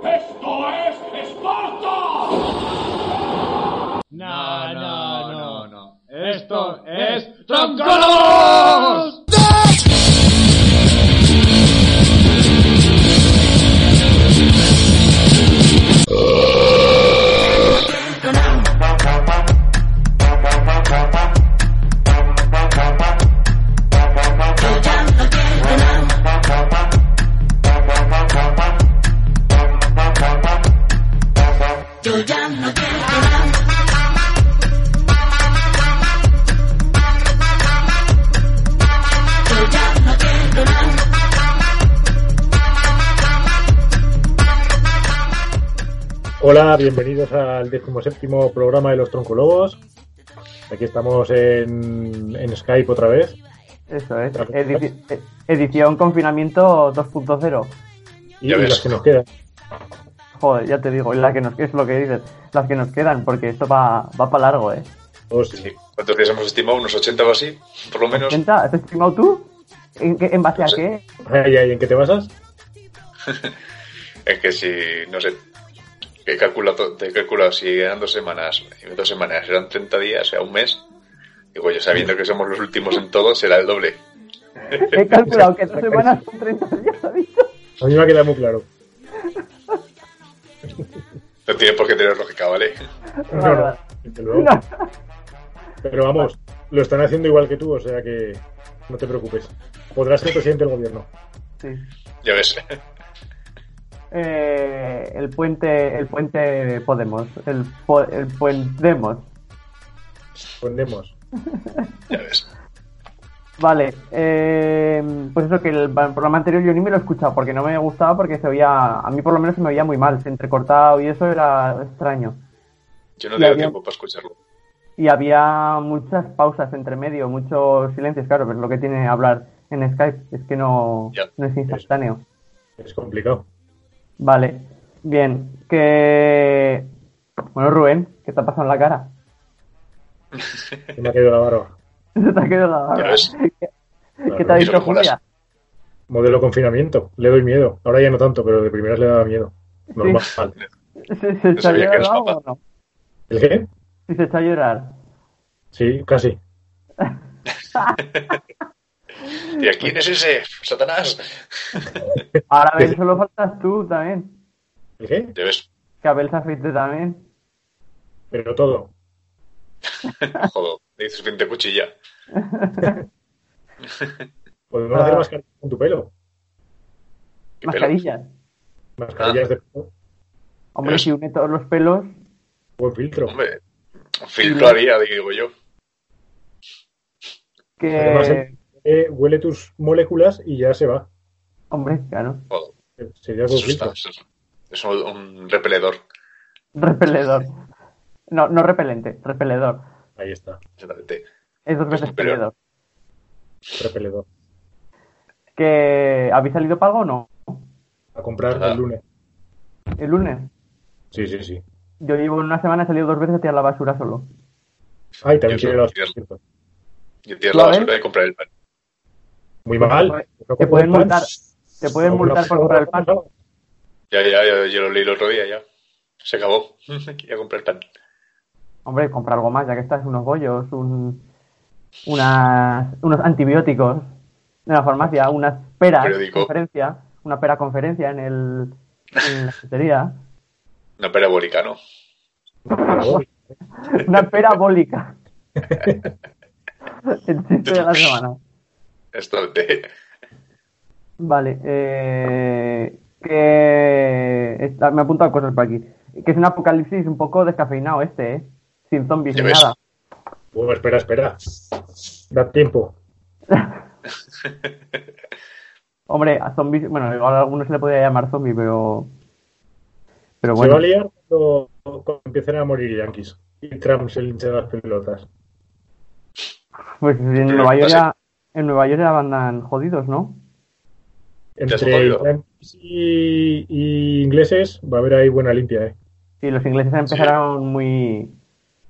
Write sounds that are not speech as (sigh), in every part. ¡Esto es Esparta! No, Ah, no, no, no. Esto es Troncolos. Hola, bienvenidos al decimoséptimo programa de los Troncolobos. Aquí estamos en, en Skype otra vez. Eso es, edici eh, edición confinamiento 2.0. Y las que nos quedan. Joder, ya te digo, las que nos es lo que dices, las que nos quedan, porque esto va, va para largo, ¿eh? Oh, sí. Sí. ¿Cuántos días hemos estimado? ¿Unos 80 o así? Por lo menos. ¿80? ¿Has estimado tú? ¿En, qué, en base No a sé. qué? Ay, ay, ¿En qué te basas? Es que si, no sé, que calcula, to- te calcula si eran dos semanas, y dos semanas eran 30 días, o sea, un mes. Digo, yo sabiendo que somos los últimos en todo, será el doble. He calculado que dos semanas son 30 días, ¿has visto? A mí me ha quedado muy claro. No tiene por qué tener lógica, ¿vale? (laughs) No, no, Vale, desde luego. vale. Pero vamos, lo están haciendo igual que tú, o sea que no te preocupes. Podrás ser presidente del gobierno. Sí. Ya ves. (laughs) Eh, el puente, el puente Podemos, el, po- el Puentemos. Pondemos. Ya ves. Vale, eh, pues eso que el programa anterior yo ni me lo he escuchado porque no me gustaba porque se oía, a mí por lo menos se me oía muy mal, se entrecortaba y eso era extraño. Yo no Y tengo había- tiempo para escucharlo. Y había muchas pausas entre medio, muchos silencios, claro, pero es lo que tiene hablar en Skype, es que no, Ya. no es instantáneo. Es complicado. Vale, bien, que... Bueno, Rubén, ¿qué te ha pasado en la cara? (laughs) Se me ha quedado la barba. Se te ha quedado la Ya ves. ¿Qué te ha Claro. Eso dicho me molas. Julia? Modelo confinamiento. Le doy miedo. Ahora ya no tanto, pero de primeras le daba miedo. Normal. ¿Se, se echó a sabía que llorar eras o papá. no? ¿El qué? Sí, se echó a llorar. Sí, casi. ¿Y a quién es ese? ¡Satanás! Ahora ven, solo faltas tú también. ¿El qué? Ya ves. Que Abel se afeite también. Pero todo. Joder, le dices 20 cuchilla. Podemos Ah. hacer mascarillas con tu pelo. Qué pelo. Mascarillas. Mascarillas Ah. de pelo. Hombre, Es- si une todos los pelos. Buen filtro. Hombre, un filtro haría, digo yo. Además, Que. eh, eh, huele tus moléculas y ya se va. Hombre, claro. Joder, Eh, Sería buen eso está- filtro. eso es- es un, un repeledor. Repeledor. No, no repelente, repeledor. Ahí está. Exactamente. Es dos Es veces superior. repeledor. Repeledor. Que. ¿Habéis salido para algo o no? A comprar Ah. el lunes. El lunes. Sí, sí, sí. Yo llevo en una semana he salido dos veces a tirar la basura solo. Ah, y también Yo tiene soy los fiel. cierto. Y tirar la Vale. basura y comprar el pan. Muy mal. No pues, Te compro pueden el pan. multar. Te pueden No, multar no, por no, comprar no, el pan. no, no. Ya, ya, ya, yo lo leí el otro día, ya. Se acabó. (laughs) Quería comprar pan. Hombre, compra algo más, ya que estás unos bollos, un, unas, unos antibióticos en la farmacia, unas peras Periódico. conferencia, una pera conferencia en, (laughs) el, en la cafetería, Una parabólica, ¿no? una pera bólica. (laughs) el chiste de la semana. Esto de... (laughs) Vale, eh, que está- me he apuntado cosas por aquí. Que es un apocalipsis un poco descafeinado este, ¿eh? Sin zombies Ya ni ves. nada. Bueno, espera, espera. Da tiempo. Hombre, a zombies, bueno, igual a algunos se le podría llamar zombie, pero Pero Se va bueno, a liar cuando, cuando empiecen a morir yankees y Trump se linche las pelotas. pues en Pero Nueva York pasa- ya, en Nueva York ya andan jodidos, ¿no? has Entre jodido. yankees y, y ingleses va a haber ahí buena limpia, ¿eh? Sí, los ingleses empezaron muy,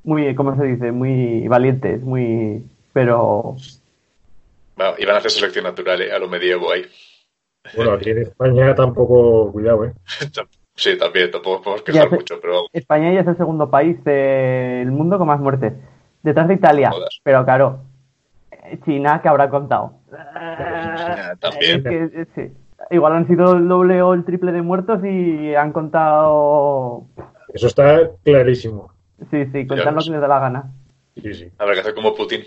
muy, ¿cómo se dice? Muy valientes, muy, pero Va, iban a hacer selección natural, ¿eh? A lo medievo ahí. (laughs) Bueno, aquí en España tampoco, cuidado, ¿eh? Sí, también, tampoco podemos Ya quejar sé. mucho, pero vamos, España ya es el segundo país del mundo con más muertes, detrás de Italia, Jodas. pero claro, China que habrá contado. China Es también. que, eh, sí. Igual han sido el doble o el triple de muertos y han contado. Eso está clarísimo. Sí, sí, contar lo ves. que les da la gana. Sí, sí. Habrá que hacer como Putin.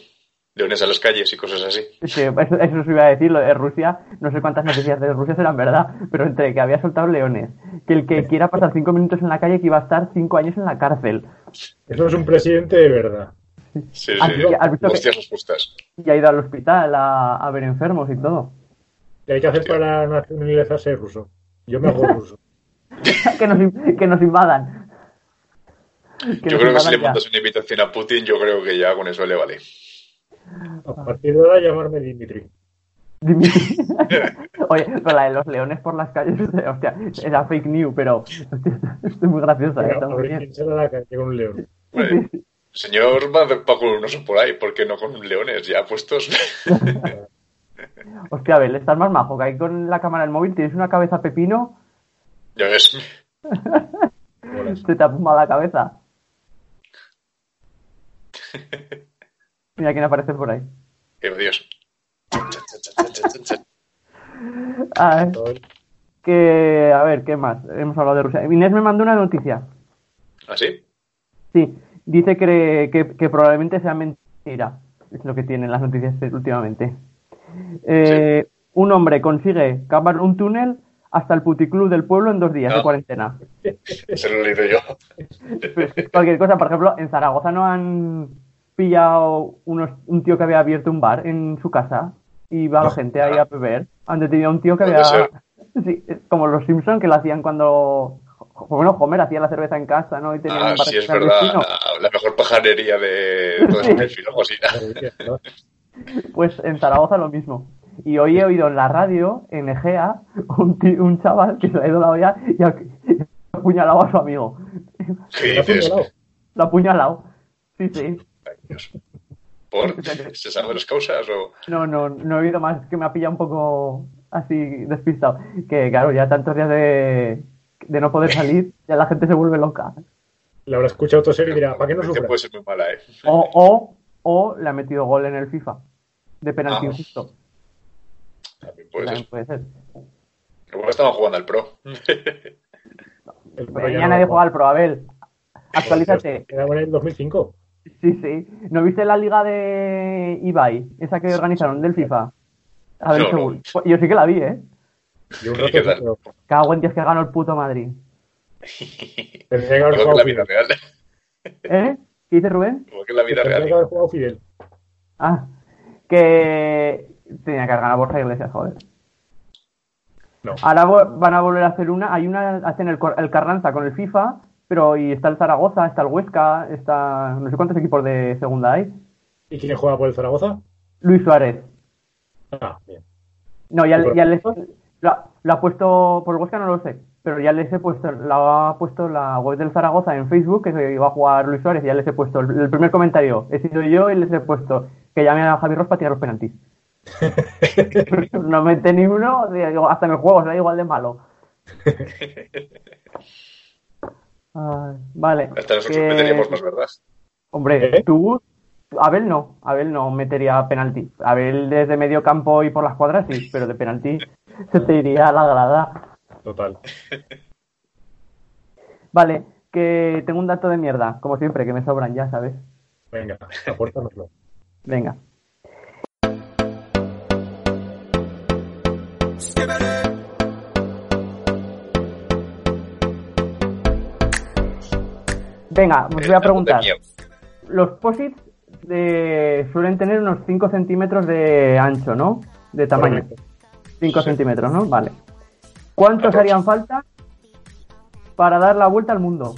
Leones a las calles y cosas así. Sí, (laughs) eso, eso os iba a decir, lo de Rusia. No sé cuántas noticias de Rusia serán verdad, pero entre que había soltado leones, que el que quiera pasar cinco minutos en la calle, que iba a estar cinco años en la cárcel. Eso es un presidente de verdad. Sí, Ah, sí. sí, has visto que- Hostias las justas. Y ha ido al hospital a, a ver enfermos y todo. (laughs) ¿Qué hay que hacer para nacionalizarse ruso? Yo me hago ruso. que, nos, in- que nos invadan. Que Yo nos creo que invadan si le ya. mandas una invitación a Putin, yo creo que ya con eso le vale. A partir de ahora llamarme Dimitri. (laughs) Dime. Oye, pero la de los leones por las calles, (laughs) hostia, era fake news, pero hostia, es muy graciosa. Venga, está a muy ver bien. quién sale a la calle con un león. Hombre, señor va va con un oso por ahí, ¿por qué no con leones ya (laughs) puestos? (laughs) Hostia, Abel, estás más majo que ahí con la cámara del móvil tienes una cabeza pepino, ya ves. se te ha fumado la cabeza. Mira quién aparece por ahí. Eh, Dios. Ah, es Todo el- que, a ver, ¿qué más? Hemos hablado de Rusia. Inés me mandó una noticia. ¿Así? Sí, dice que, que- que probablemente sea mentira. Es lo que tienen las noticias últimamente. Eh, Un hombre consigue cavar un túnel hasta el puticlub del pueblo en dos días de No. cuarentena. Se lo he leído yo. Pues, cualquier cosa, por ejemplo, en Zaragoza no han pillado unos- un tío que había abierto un bar en su casa y va la gente ahí a beber. Han detenido a un tío que Puede había... ser. (laughs) Sí, es como los Simpson que lo hacían cuando... Bueno, Homer hacía la cerveza en casa, ¿no? Y tenía Ah, un bar sí, es clandestino. verdad. La, la mejor pajarería de todo este film, (laughs) o así. Pues en Zaragoza lo mismo. Y hoy he oído en la radio, en Egea, un, ti- un chaval que se le ha ido la olla y ha y ha apuñalado a su amigo. (laughs) ¿Qué Me ha dices? apuñalado. Lo ha apuñalado. Sí, sí. ¿Por? ¿Se saben las causas o...? No, no, no he oído más que me ha pillado un poco así despistado. Que claro, ya tantos días de, de no poder (laughs) salir, ya la gente se vuelve loca. La habrá escuchado toser y dirá, ¿para qué no Que sufra? puede ser muy mala, ¿eh? O, o, o le ha metido gol en el FIFA. De penalti Ah. injusto. También puede También ser. puede ser. Igual estaban jugando al pro. (laughs) El Pero Bayern ya nadie no juega va. al Pro, Abel. Actualízate. Quedaba en el 2005. Sí, sí. ¿No viste la liga de Ibai? Esa que organizaron del FIFA. A ver, No, no. seguro. Pues Yo sí que la vi, ¿eh? Y un (laughs) ¿Y rato qué sí, tal? pero Cago en Dios que ganó el puto Madrid. tendría que haber Igual que en jugado la vida Fidel. real. ¿Eh? ¿Qué dice Rubén? Igual que en la vida Tendría que real. haber jugado Fidel. Ah, que tenía que ganar Borja Iglesias, joder. No. Ahora vo- van a volver a hacer una. Hay una, hacen el, Cor- el Carranza con el FIFA, pero y está el Zaragoza, está el Huesca, está. No sé cuántos equipos de segunda hay. ¿Y quién juega por el Zaragoza? Luis Suárez. Ah, bien. (laughs) No, ya, ¿Por ya les, Huesca? lo, lo ha puesto, por Huesca no lo sé, pero ya les he puesto, la ha puesto la web del Zaragoza en Facebook, que se iba a jugar Luis Suárez, y ya les he puesto el, el primer comentario, he sido yo y les he puesto que llamen a Javi Ross para tirar los penaltis. (laughs) no mete ni uno, digo, hasta me juego, será igual de malo. Ay, vale. Hasta nosotros que- meteríamos más verdad. Hombre, ¿Eh? tú, Abel no, Abel no metería penalti. Abel desde medio campo y por las cuadras sí, pero de penalti (laughs) se te iría a la grada. Total. Vale, que tengo un dato de mierda, como siempre, que me sobran ya, ¿sabes? Venga, aportanoslo. Venga. Venga, Eh, os voy a preguntar. Los posits de- suelen tener unos 5 centímetros de ancho, ¿no? De tamaño. Correcto. 5 centímetros, ¿no? Vale. ¿Cuántos harían falta para dar la vuelta al mundo.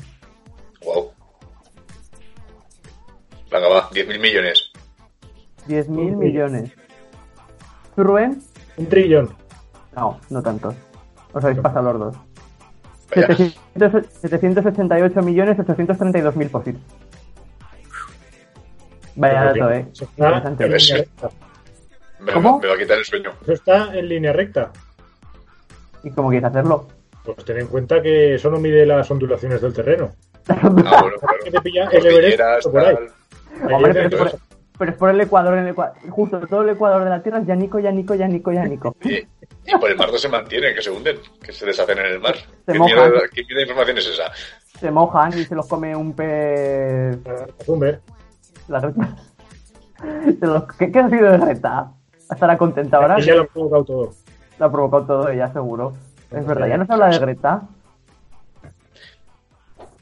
Wow. Venga, va, 10.000 millones. 10.000 millones. ¿Tú, Rubén? Un trillón. No, no tantos. Os habéis pasado los dos. Vaya. 788.832.000 posits. Vaya dato, eh. Eso está Interesante. en Ves. línea recta. Me, ¿Cómo? me va a quitar el sueño. Eso está en línea recta. eh. ¿Y cómo quieres hacerlo? Pues ten en cuenta que eso no mide las ondulaciones del terreno. Ah, bueno, Que claro. te pilla el Everest Cordilleras, o por ahí. tal. Ahí Hombre, es pero, es entonces- por, pero es por el Ecuador, en el Ecuador. Justo todo el Ecuador de la Tierra es Yanico, Yanico, Yanico, Yanico. Y, y por el mar no se mantienen, que se hunden, que se deshacen en el mar. ¿Qué mojan. mierda, qué mierda de información es esa? Se mojan y se los come un pez. donde- Zumber. La reta. (laughs) Se los- ¿Qué, qué ha sido de reta? Estará contenta ahora. Y ya lo han provocado todo. La ha provocado todo ella, seguro. Es verdad, ya no se habla de Greta.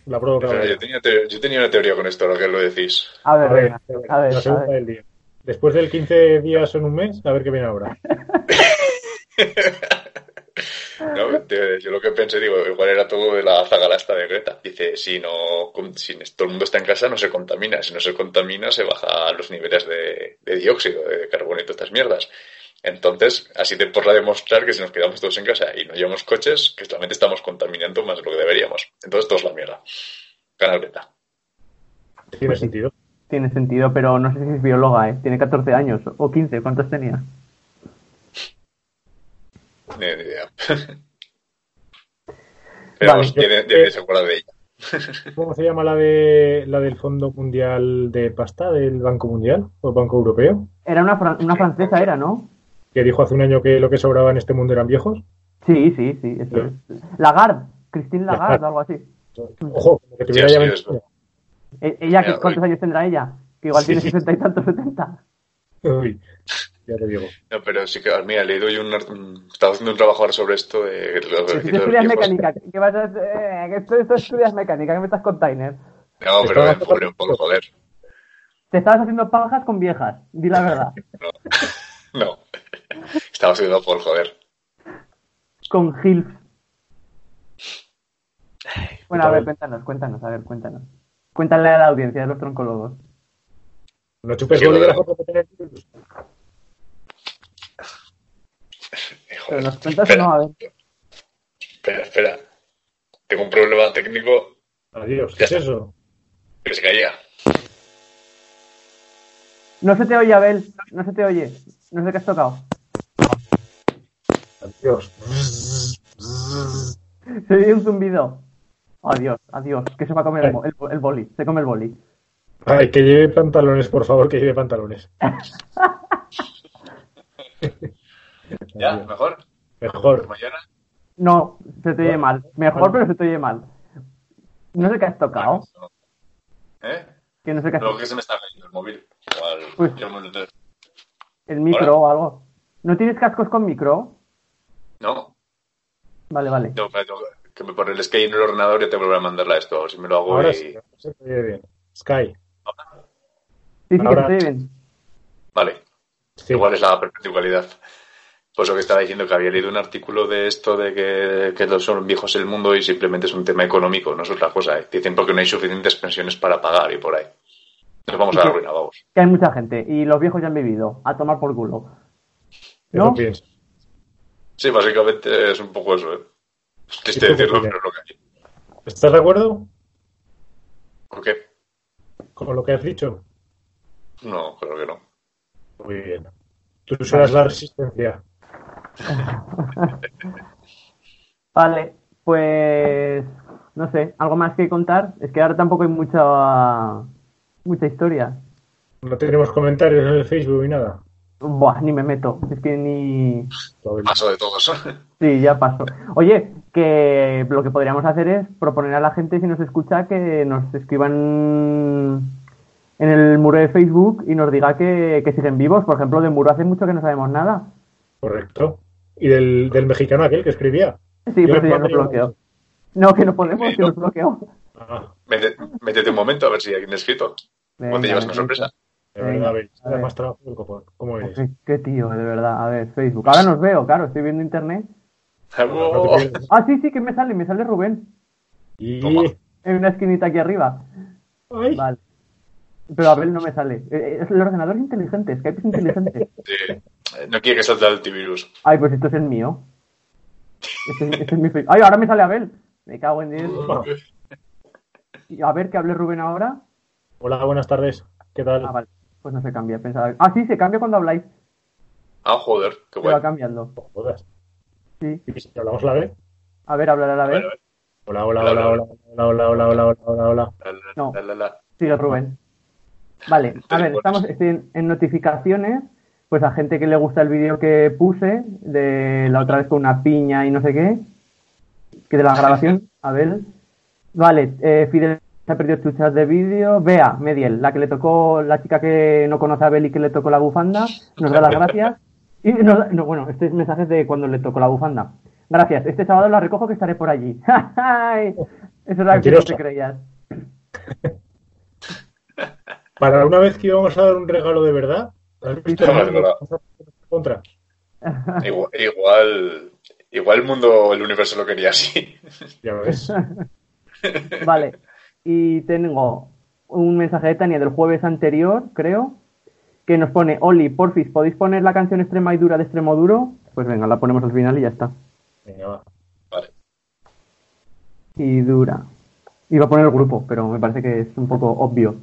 La ha provocado. Pero yo, tenía te- yo tenía una teoría con esto, lo que lo decís. A A ver, ver, venga, a ver, a ver, la a segunda ver. del día. Después del 15 días en un mes, a ver qué viene (laughs) ahora. No, te- yo lo que pensé, digo, igual era todo de la zagalasta de Greta. Dice, si no, con- si todo el mundo está en casa, no se contamina. Si no se contamina, se baja los niveles de, de dióxido, de carbono y todas estas mierdas. Entonces, así de porra demostrar que si nos quedamos todos en casa y no llevamos coches, que solamente estamos contaminando más de lo que deberíamos. Entonces, todo es la mierda. Gana Greta. Pues Tiene sentido. Tiene sentido, pero no sé si es bióloga, ¿eh? Tiene 14 años o 15, ¿cuántos tenía? Ni ni idea. (laughs) Pero vamos, yo- tiene- tiene- se acuerda de ella. ¿Cómo se llama la de la del Fondo Mundial de Pasta del Banco Mundial o Banco Europeo? Era una, fran- una francesa, era, ¿no? Que dijo hace un año que lo que sobraba en este mundo eran viejos. Sí, sí, sí. eso es. Lagarde, Christine Lagarde, Lagarde. algo así. Ojo, como que tuviera Sí, ya sí, 20 es E- ¿Ella Mira, ¿qué- cuántos hoy- años tendrá ella? Que igual tiene Sí. 60 y tantos, 70. Uy, ya te digo. No, pero sí que, mira, le doy un. art- un- Estaba haciendo un trabajo ahora sobre esto de. de Si los tú beneficios estudias del tiempo. mecánica, que vas a... eh, que tú, tú estudias mecánica, que metas container. No, pero Estaba- ven, pobre, un poco, joder. Te estabas haciendo pajas con viejas, di la verdad. No. (laughs) Estaba haciendo por joder. con Hilf. Bueno, a Puta ver, vez. cuéntanos, cuéntanos, a ver, cuéntanos. Cuéntale a la audiencia de los troncólogos. No chupes Sí, lo de- bolígrafo porque tiene virus. Eh, Pero joder. nos cuentas o no, a ver. Espera, espera. Tengo un problema técnico Adiós, ¿qué es eso? que se caía. No se te oye, Abel, no se te oye. No sé qué has tocado. Adiós. Se oye un zumbido. Adiós, adiós, que se va a comer el, bo- el, bo- el boli, se come el boli. Ay, que lleve pantalones, por favor, que lleve pantalones. ¿Ya? Adiós. ¿Mejor? Mejor. ¿Mañana? No, se te oye mal. Mejor, pero se te oye mal. No sé qué has tocado. ¿Eh? Que no sé qué has Lo que se me está cayendo el móvil. Igual, Uy. yo me lo- El micro o algo. ¿No tienes cascos con micro? No, Vale, vale. tengo que, tengo que me poner el skate en el ordenador y te volveré a mandarla esto. A ver si me lo hago Ahora y. sí, ahora se te oye bien. Sky. Sí, sí, que Ahora- se te oye bien. Vale. Sí. Igual es la perpetualidad. Pues lo que estaba diciendo, que había leído un artículo de esto de que, que los son viejos el mundo y simplemente es un tema económico, no es otra cosa. ¿eh? Dicen porque no hay suficientes pensiones para pagar y por ahí. Nos vamos a la ruina, vamos. Que hay mucha gente y los viejos ya han vivido. A tomar por culo. Eso ¿No? pienso. Sí, básicamente es un poco eso. ¿eh? Es triste ¿Y tú qué decirlo, opinas? pero es lo que hay. ¿Estás de acuerdo ¿Por qué? con lo que has dicho? No, creo que no. Muy bien. Tú serás la resistencia. Vale, pues no sé, algo más que contar. Es que ahora tampoco hay mucha mucha historia. No tenemos comentarios en el Facebook ni nada. Buah, ni me meto. Es que ni. Todo el- Paso de todos. (laughs) Sí, ya paso. Oye, que lo que podríamos hacer es proponer a la gente, si nos escucha, que nos escriban en el muro de Facebook y nos diga que, que siguen vivos. Por ejemplo, de muro hace mucho que no sabemos nada. Correcto. Y del, del mexicano aquel que escribía. Sí, Yo pero les ya nos pondría- bloqueó. No, que no podemos, que nos bloqueó. Ah, Mete- métete un momento a ver si hay alguien escrito. O Venga, pues, te llevas una venga. sorpresa. de verdad, Venga, a ver, a da ver. más trabajo que el copón. ¿Cómo eres? pues, Qué, qué tío, de verdad. A ver, Facebook. Ahora nos (laughs) veo, claro, estoy viendo internet. No te pierdas. Ah, sí, sí, que me sale, me sale Rubén. Y... Toma. En una esquinita aquí arriba. Ay. Vale. Pero Abel no me sale. Eh, es el ordenador es inteligente, Skype es inteligente. Eh, No quiere que salte el antivirus. Ay, pues esto es el mío. Este es, este es mi fe- Ay, ahora me sale Abel. Me cago en Dios. Y A ver, que hable Rubén ahora. Hola, buenas tardes. ¿Qué tal? Ah, vale. Pues no se cambia, pensaba. Ah, sí, se cambia cuando habláis. Ah, joder, qué Se va guay. cambiando. Jodas. Sí. ¿Y si hablamos a la vez? A ver, hablar a la vez. Hola, Bueno, hola, hola, hola, hola, hola, hola, hola, hola, hola, hola. la, la, No. la, la, (laughs) la. Sigue Rubén. Vale, a ver, estamos estoy en, en notificaciones. Pues a gente que le gusta el vídeo que puse de la otra vez con una piña y no sé qué. Que de la grabación, a ver. Vale, eh, Fidel se ha perdido chuchas de vídeo. Vea, Mediel, la que le tocó, la chica que no conoce a Abel y que le tocó la bufanda, nos da las gracias. Y nos da- no, bueno, este es mensaje de cuando le tocó la bufanda. Gracias, este sábado la recojo que estaré por allí. (laughs) Eso era lo que no Mentirosa. te creías. Para una vez que íbamos a dar un regalo de verdad, ¿has visto Sí, la sí, claro. contra? Igual, igual, igual el mundo, el universo lo quería así. (laughs) Ya lo (laughs) ves. Vale. Y tengo un mensaje de Tania del jueves anterior, creo, que nos pone, Oli, porfis, ¿podéis poner la canción extrema y dura de extremo duro? Pues venga, la ponemos al final y ya está. Venga, va. Vale. Y dura. Iba a poner el grupo, pero me parece que es un poco obvio.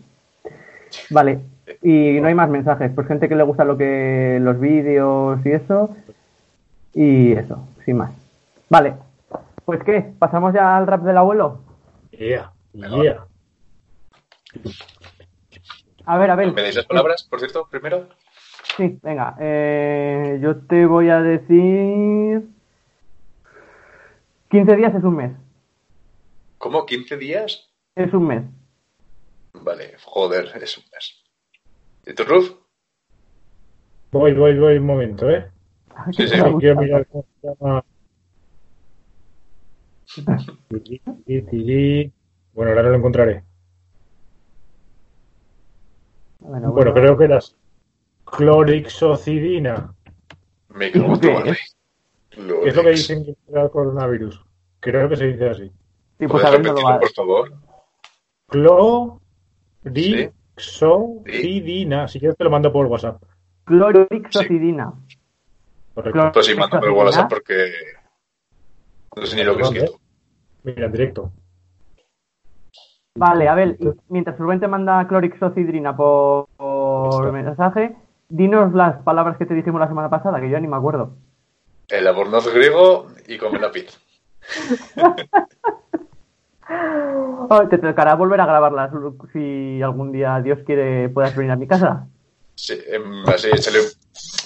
Vale. Y no hay más mensajes. Pues gente que le gusta lo que los vídeos y eso. Y eso, sin más. Vale. Pues qué, pasamos ya al rap del abuelo. Yeah, yeah. A ver, a ver. ¿Me dais las palabras, por cierto, primero? Sí, venga. eh, yo te voy a decir. 15 días es un mes. ¿Cómo? ¿15 días? Es un mes. (laughs) Vale, joder, es un mes. ¿Y tú, Ruf? Voy, voy, voy, un momento, ¿eh? Sí, sí. Me Yo quiero gusta. mirar cómo se llama. Tiri, tiri, tiri. Bueno, ahora no lo encontraré. Bueno, Bueno, creo que las clorixocidina, Me cago en tu ¿Qué? madre. Lo que es lo que ex. dicen que cura el coronavirus. Creo que se dice así. Sí, pues ¿Puedes a ver, no lo va repetirlo, a- por favor? Clorixocidina. Si quieres te lo mando por WhatsApp. Clorixocidina. Correcto. Clor- Pues sí, mándame el WhatsApp porque no sé ni lo que he escrito. Mira, en directo. Vale, a ver, y mientras Rubén te manda clorixocidrina por, por Listo. mensaje, dinos las palabras que te dijimos la semana pasada, que yo ya ni me acuerdo. El albornoz griego y comer la pizza. Ay, te tocará volver a grabarlas Lu- si algún día Dios quiere puedas venir a mi casa. Sí, em, así échale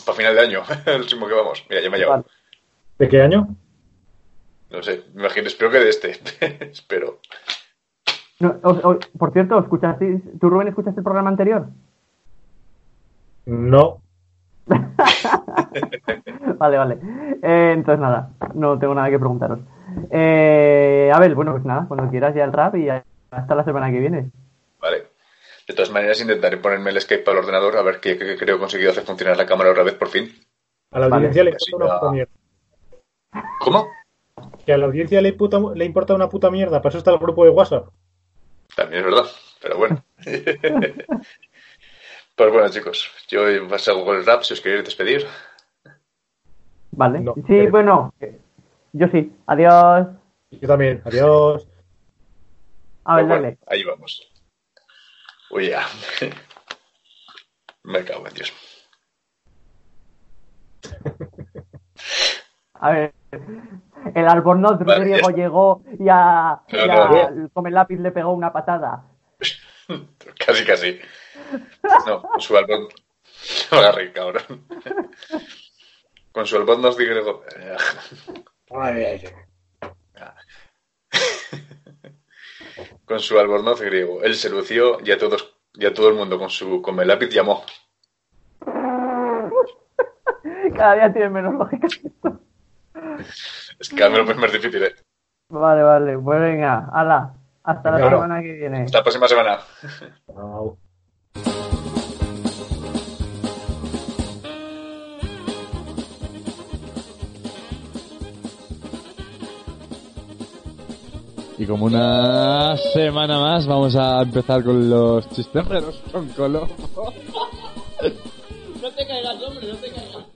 para final de año, (laughs) el último que vamos. Mira, ya me ha llegado. Vale. ¿De qué año? No sé, me imagino, espero que de este. (laughs) espero. No, os- os- por cierto, ¿escuchasteis, ¿tú Rubén escuchaste el programa anterior? No. (laughs) Vale, vale. Eh, entonces nada, no tengo nada que preguntaros. Eh, a ver, bueno, pues nada, cuando quieras ya el rap y ya- hasta la semana que viene. Vale. De todas maneras, intentaré ponerme el Skype al ordenador a ver qué, qué creo he conseguido hacer funcionar la cámara otra vez por fin. A la Vale. audiencia le Así importa una ya. puta mierda. ¿Cómo? Que a la audiencia le, puta- le importa una puta mierda. Para eso está el grupo de WhatsApp. También es verdad, pero bueno. (laughs) pues bueno, chicos, yo salgo con el rap si os queréis despedir. Vale. No, eh. sí, pero- bueno, yo sí. Adiós. Yo también. Adiós. A ver, Pero Pues bueno, dale. ahí vamos. Oye, ya. (laughs) me cago en Dios. A ver. El albornoz Vale, ya griego está. llegó y, a, y No, a- no, con el lápiz le pegó una patada. Casi, casi. No, con su álbum. (laughs) No agarré, cabrón. Con su álbum eh, nos digrego. Con su albornoz griego. Él se lució y a todos y a todo el mundo con su con el lápiz llamó. Cada día tiene menos lógica. (laughs) Es que a mí lo es más difícil, ¿eh? Vale, vale. Pues venga, ala. Hasta la Claro. semana que viene. Hasta la próxima semana. Chao. Y como una semana más vamos a empezar con los chistes de los troncólogos. (laughs) No te caigas, hombre, no te caigas.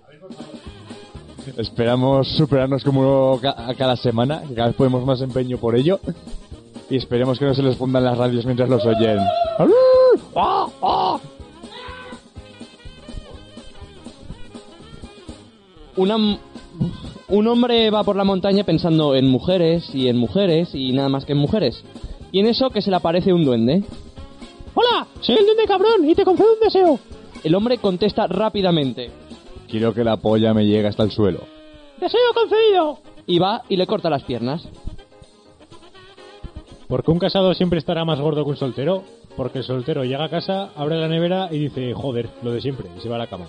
Esperamos superarnos como uno ca- a cada semana, que cada vez ponemos más empeño por ello. Y esperemos que no se les fundan las radios mientras los oyen. ¡Alú! ¡Ah! ¡Ah! Una m- un hombre va por la montaña pensando en mujeres y en mujeres y nada más que en mujeres. Y en eso que se le aparece un duende. ¡Hola! Soy el duende cabrón y te concedo un deseo. El hombre contesta rápidamente. Quiero que la polla me llegue hasta el suelo. ¡Deseo concedido! Y va y le corta las piernas. ¿Por qué un casado siempre estará más gordo que un soltero? Porque el soltero llega a casa, abre la nevera y dice, joder, lo de siempre, y se va a la cama.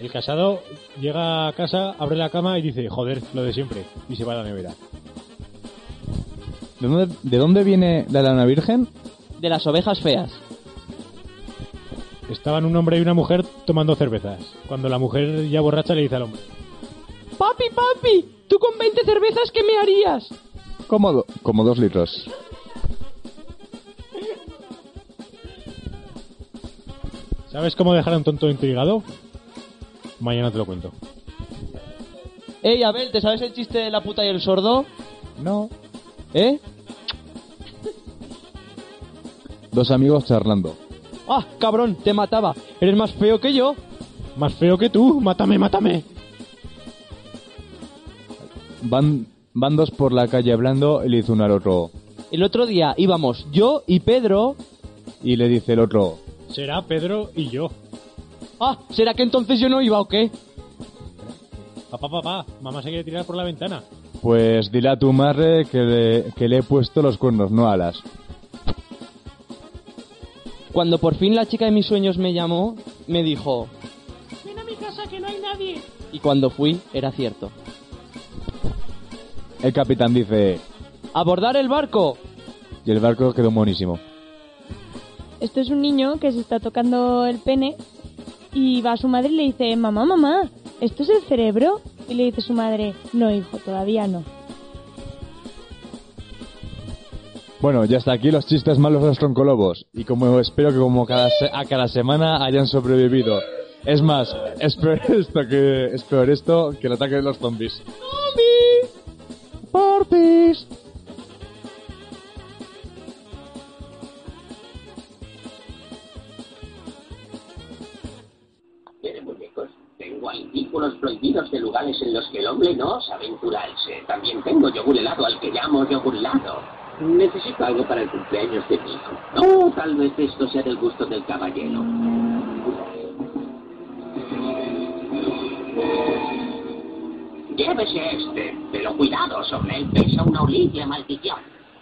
El casado llega a casa, abre la cama y dice, joder, lo de siempre, y se va a la nevera. ¿De dónde, de dónde viene la lana virgen? De las ovejas feas. Estaban un hombre y una mujer tomando cervezas. Cuando la mujer ya borracha le dice al hombre, ¡Papi, papi! ¿Tú con 20 cervezas qué me harías? Como, do- como dos litros. ¿sabes cómo dejar a un tonto intrigado? Mañana te lo cuento. Ey, Abel, ¿te sabes el chiste de la puta y el sordo? No. ¿Eh? Dos amigos charlando. ¡Ah, cabrón! Te mataba. Eres más feo que yo. Más feo que tú, mátame, mátame. Van, van dos por la calle hablando y le dice uno al otro. El otro día íbamos yo y Pedro. Y le dice el otro. Será Pedro y yo. Ah, ¿será que entonces yo no iba o qué? Papá, papá, mamá se quiere tirar por la ventana. Pues dile a tu madre que le, que le he puesto los cuernos, no alas. Cuando por fin la chica de mis sueños me llamó, me dijo... Ven a mi casa que no hay nadie. Y cuando fui, era cierto. El capitán dice. ¡Abordar el barco! Y el barco quedó monísimo. Esto es un niño que se está tocando el pene y va a su madre y le dice, mamá, mamá, ¿esto es el cerebro? Y le dice su madre, no, hijo, todavía no. Bueno, ya hasta aquí los chistes malos de los troncolobos. Y como espero que como cada se- a cada semana hayan sobrevivido. Es más, es peor (laughs) esto que, es peor esto que el ataque de los zombies. ¡Portis! ¿Quiere muñecos? pues, Tengo artículos prohibidos de lugares en los que el hombre no osa aventurarse. También tengo yogur helado al que llamo yogur helado. Necesito algo para el cumpleaños de mi hijo. Oh, tal vez esto sea del gusto del caballero. Llévese este, pero cuidado, sobre él pesa una olilla maldición.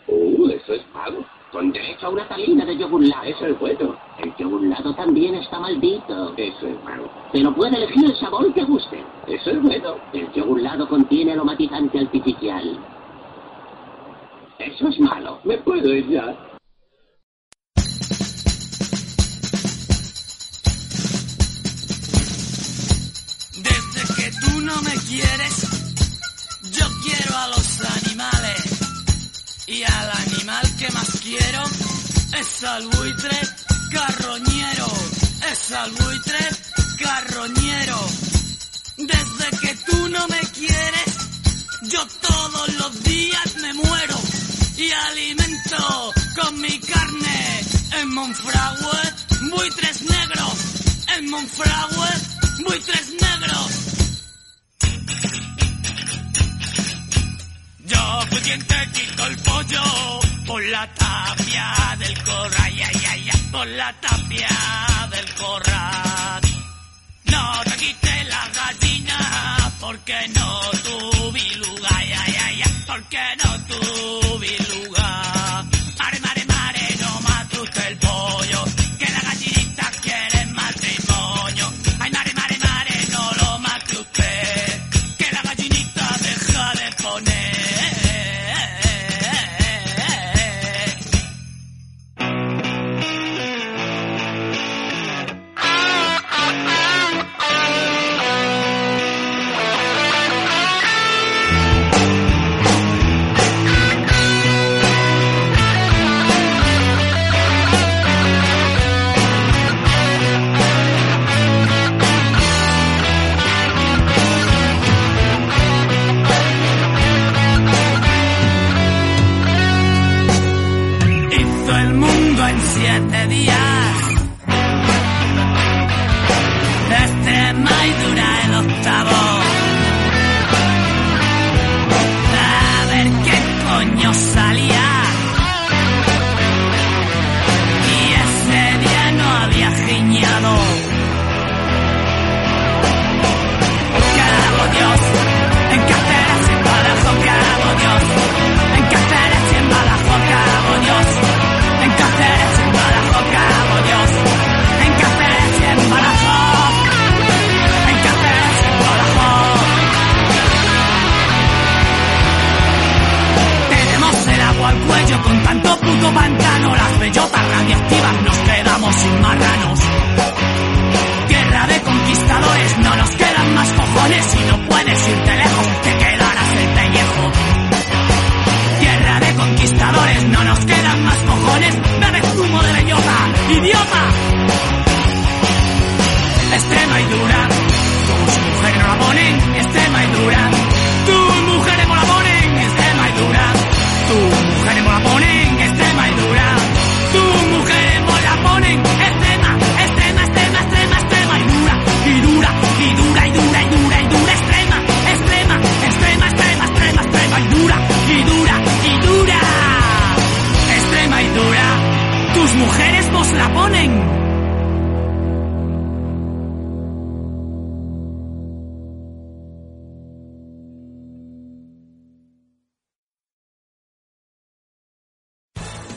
Uh, eso es pago. Con derecho a una talina de yogurlado. Eso es bueno. El yogurlado también está maldito. Eso es malo. Pero puede elegir el sabor que guste. Eso es bueno. El yogurlado contiene aromatizante artificial. Eso es malo. Me puedo ir ya. Desde que tú no me quieres, yo quiero a los animales. Y al animal que más quiero es al buitre carroñero. Es al buitre carroñero. Desde que tú no me quieres, yo todos los días me muero. Y alimento con mi carne en Monfragüe buitres negros. En Monfragüe buitres negros. Yo fui quien te quitó el pollo por la tapia del corral, ya, ya, ya, por la tapia del corral. No te quité la gallina porque no tuve lugar, ya, ya, ya, porque no tuve lugar. Mare, mare, mare, no mate usted el pollo, que la gallinita quiere matrimonio. Ay, mare, mare, mare, no lo mate usted, que la gallinita deja de poner. Thank you. siete días. Este Extrema y dura el octavo. A ver qué coño salía. Y ese día no había giñado. Cabo Dios, en carteras en Badajoz, Cabo Dios, en carteras en Badajoz, Cabo Dios, en carteras en Badajoz, Cabo Dios, en carteras en Badajoz, en carteras en Badajoz. Tenemos el agua al cuello con tanto puto pantano, las bellotas radioactivas nos quedamos sin marranos. Tierra de conquistadores, no nos quedan más cojones Si no puedes irte lejos, te quedarás el pellejo. Tierra de conquistadores, no nos quedan más cojones Bebe zumo de bellota, idiota. Extrema y dura, como su mujer no la ponen, extrema y dura. Tu mujer no la ponen, extrema y dura. Tu mujer no la ponen, extrema y dura. Tu mujer no la ponen, extrema, extrema, extrema, extrema, extrema y dura, y dura, y dura, y dura, y dura, y dura, extrema, extrema, extrema, extrema, extrema, extrema y dura, y dura, y dura, extrema y dura. Tus mujeres vos la ponen.